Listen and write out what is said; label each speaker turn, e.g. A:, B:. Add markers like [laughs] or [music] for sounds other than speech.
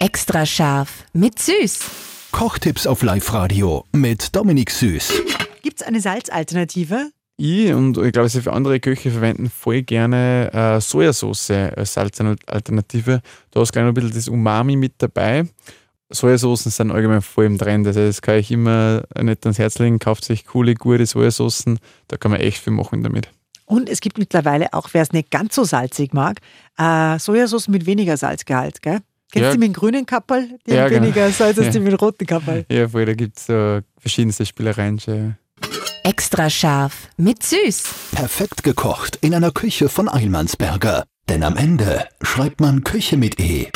A: Extra scharf mit süß.
B: Kochtipps auf Live-Radio mit Dominik Süß.
C: Gibt es eine Salzalternative?
D: Ich und ich glaube, sehr viele andere Köche verwenden voll gerne äh, Sojasauce als Salzalternative. Da ist gleich noch ein bisschen das Umami mit dabei. Sojasoßen sind allgemein voll im Trend. Also das kann ich immer nicht ans Herz legen. Kauft sich coole, gute Sojasoßen. Da kann man echt viel machen damit.
C: Und es gibt mittlerweile auch, wer es nicht ganz so salzig mag, äh, Sojasauce mit weniger Salzgehalt. Gell? Kennst
D: Ja.
C: du die mit dem grünen Kapperl? Die
D: Ja,
C: haben
D: genau.
C: weniger Salz als die
D: [laughs] Ja.
C: mit dem roten Kapperl.
D: Ja, voll, da gibt es äh, verschiedenste Spielereien schon.
A: Extra scharf mit süß.
B: Perfekt gekocht in einer Küche von Eilmannsberger. Denn am Ende schreibt man Küche mit E.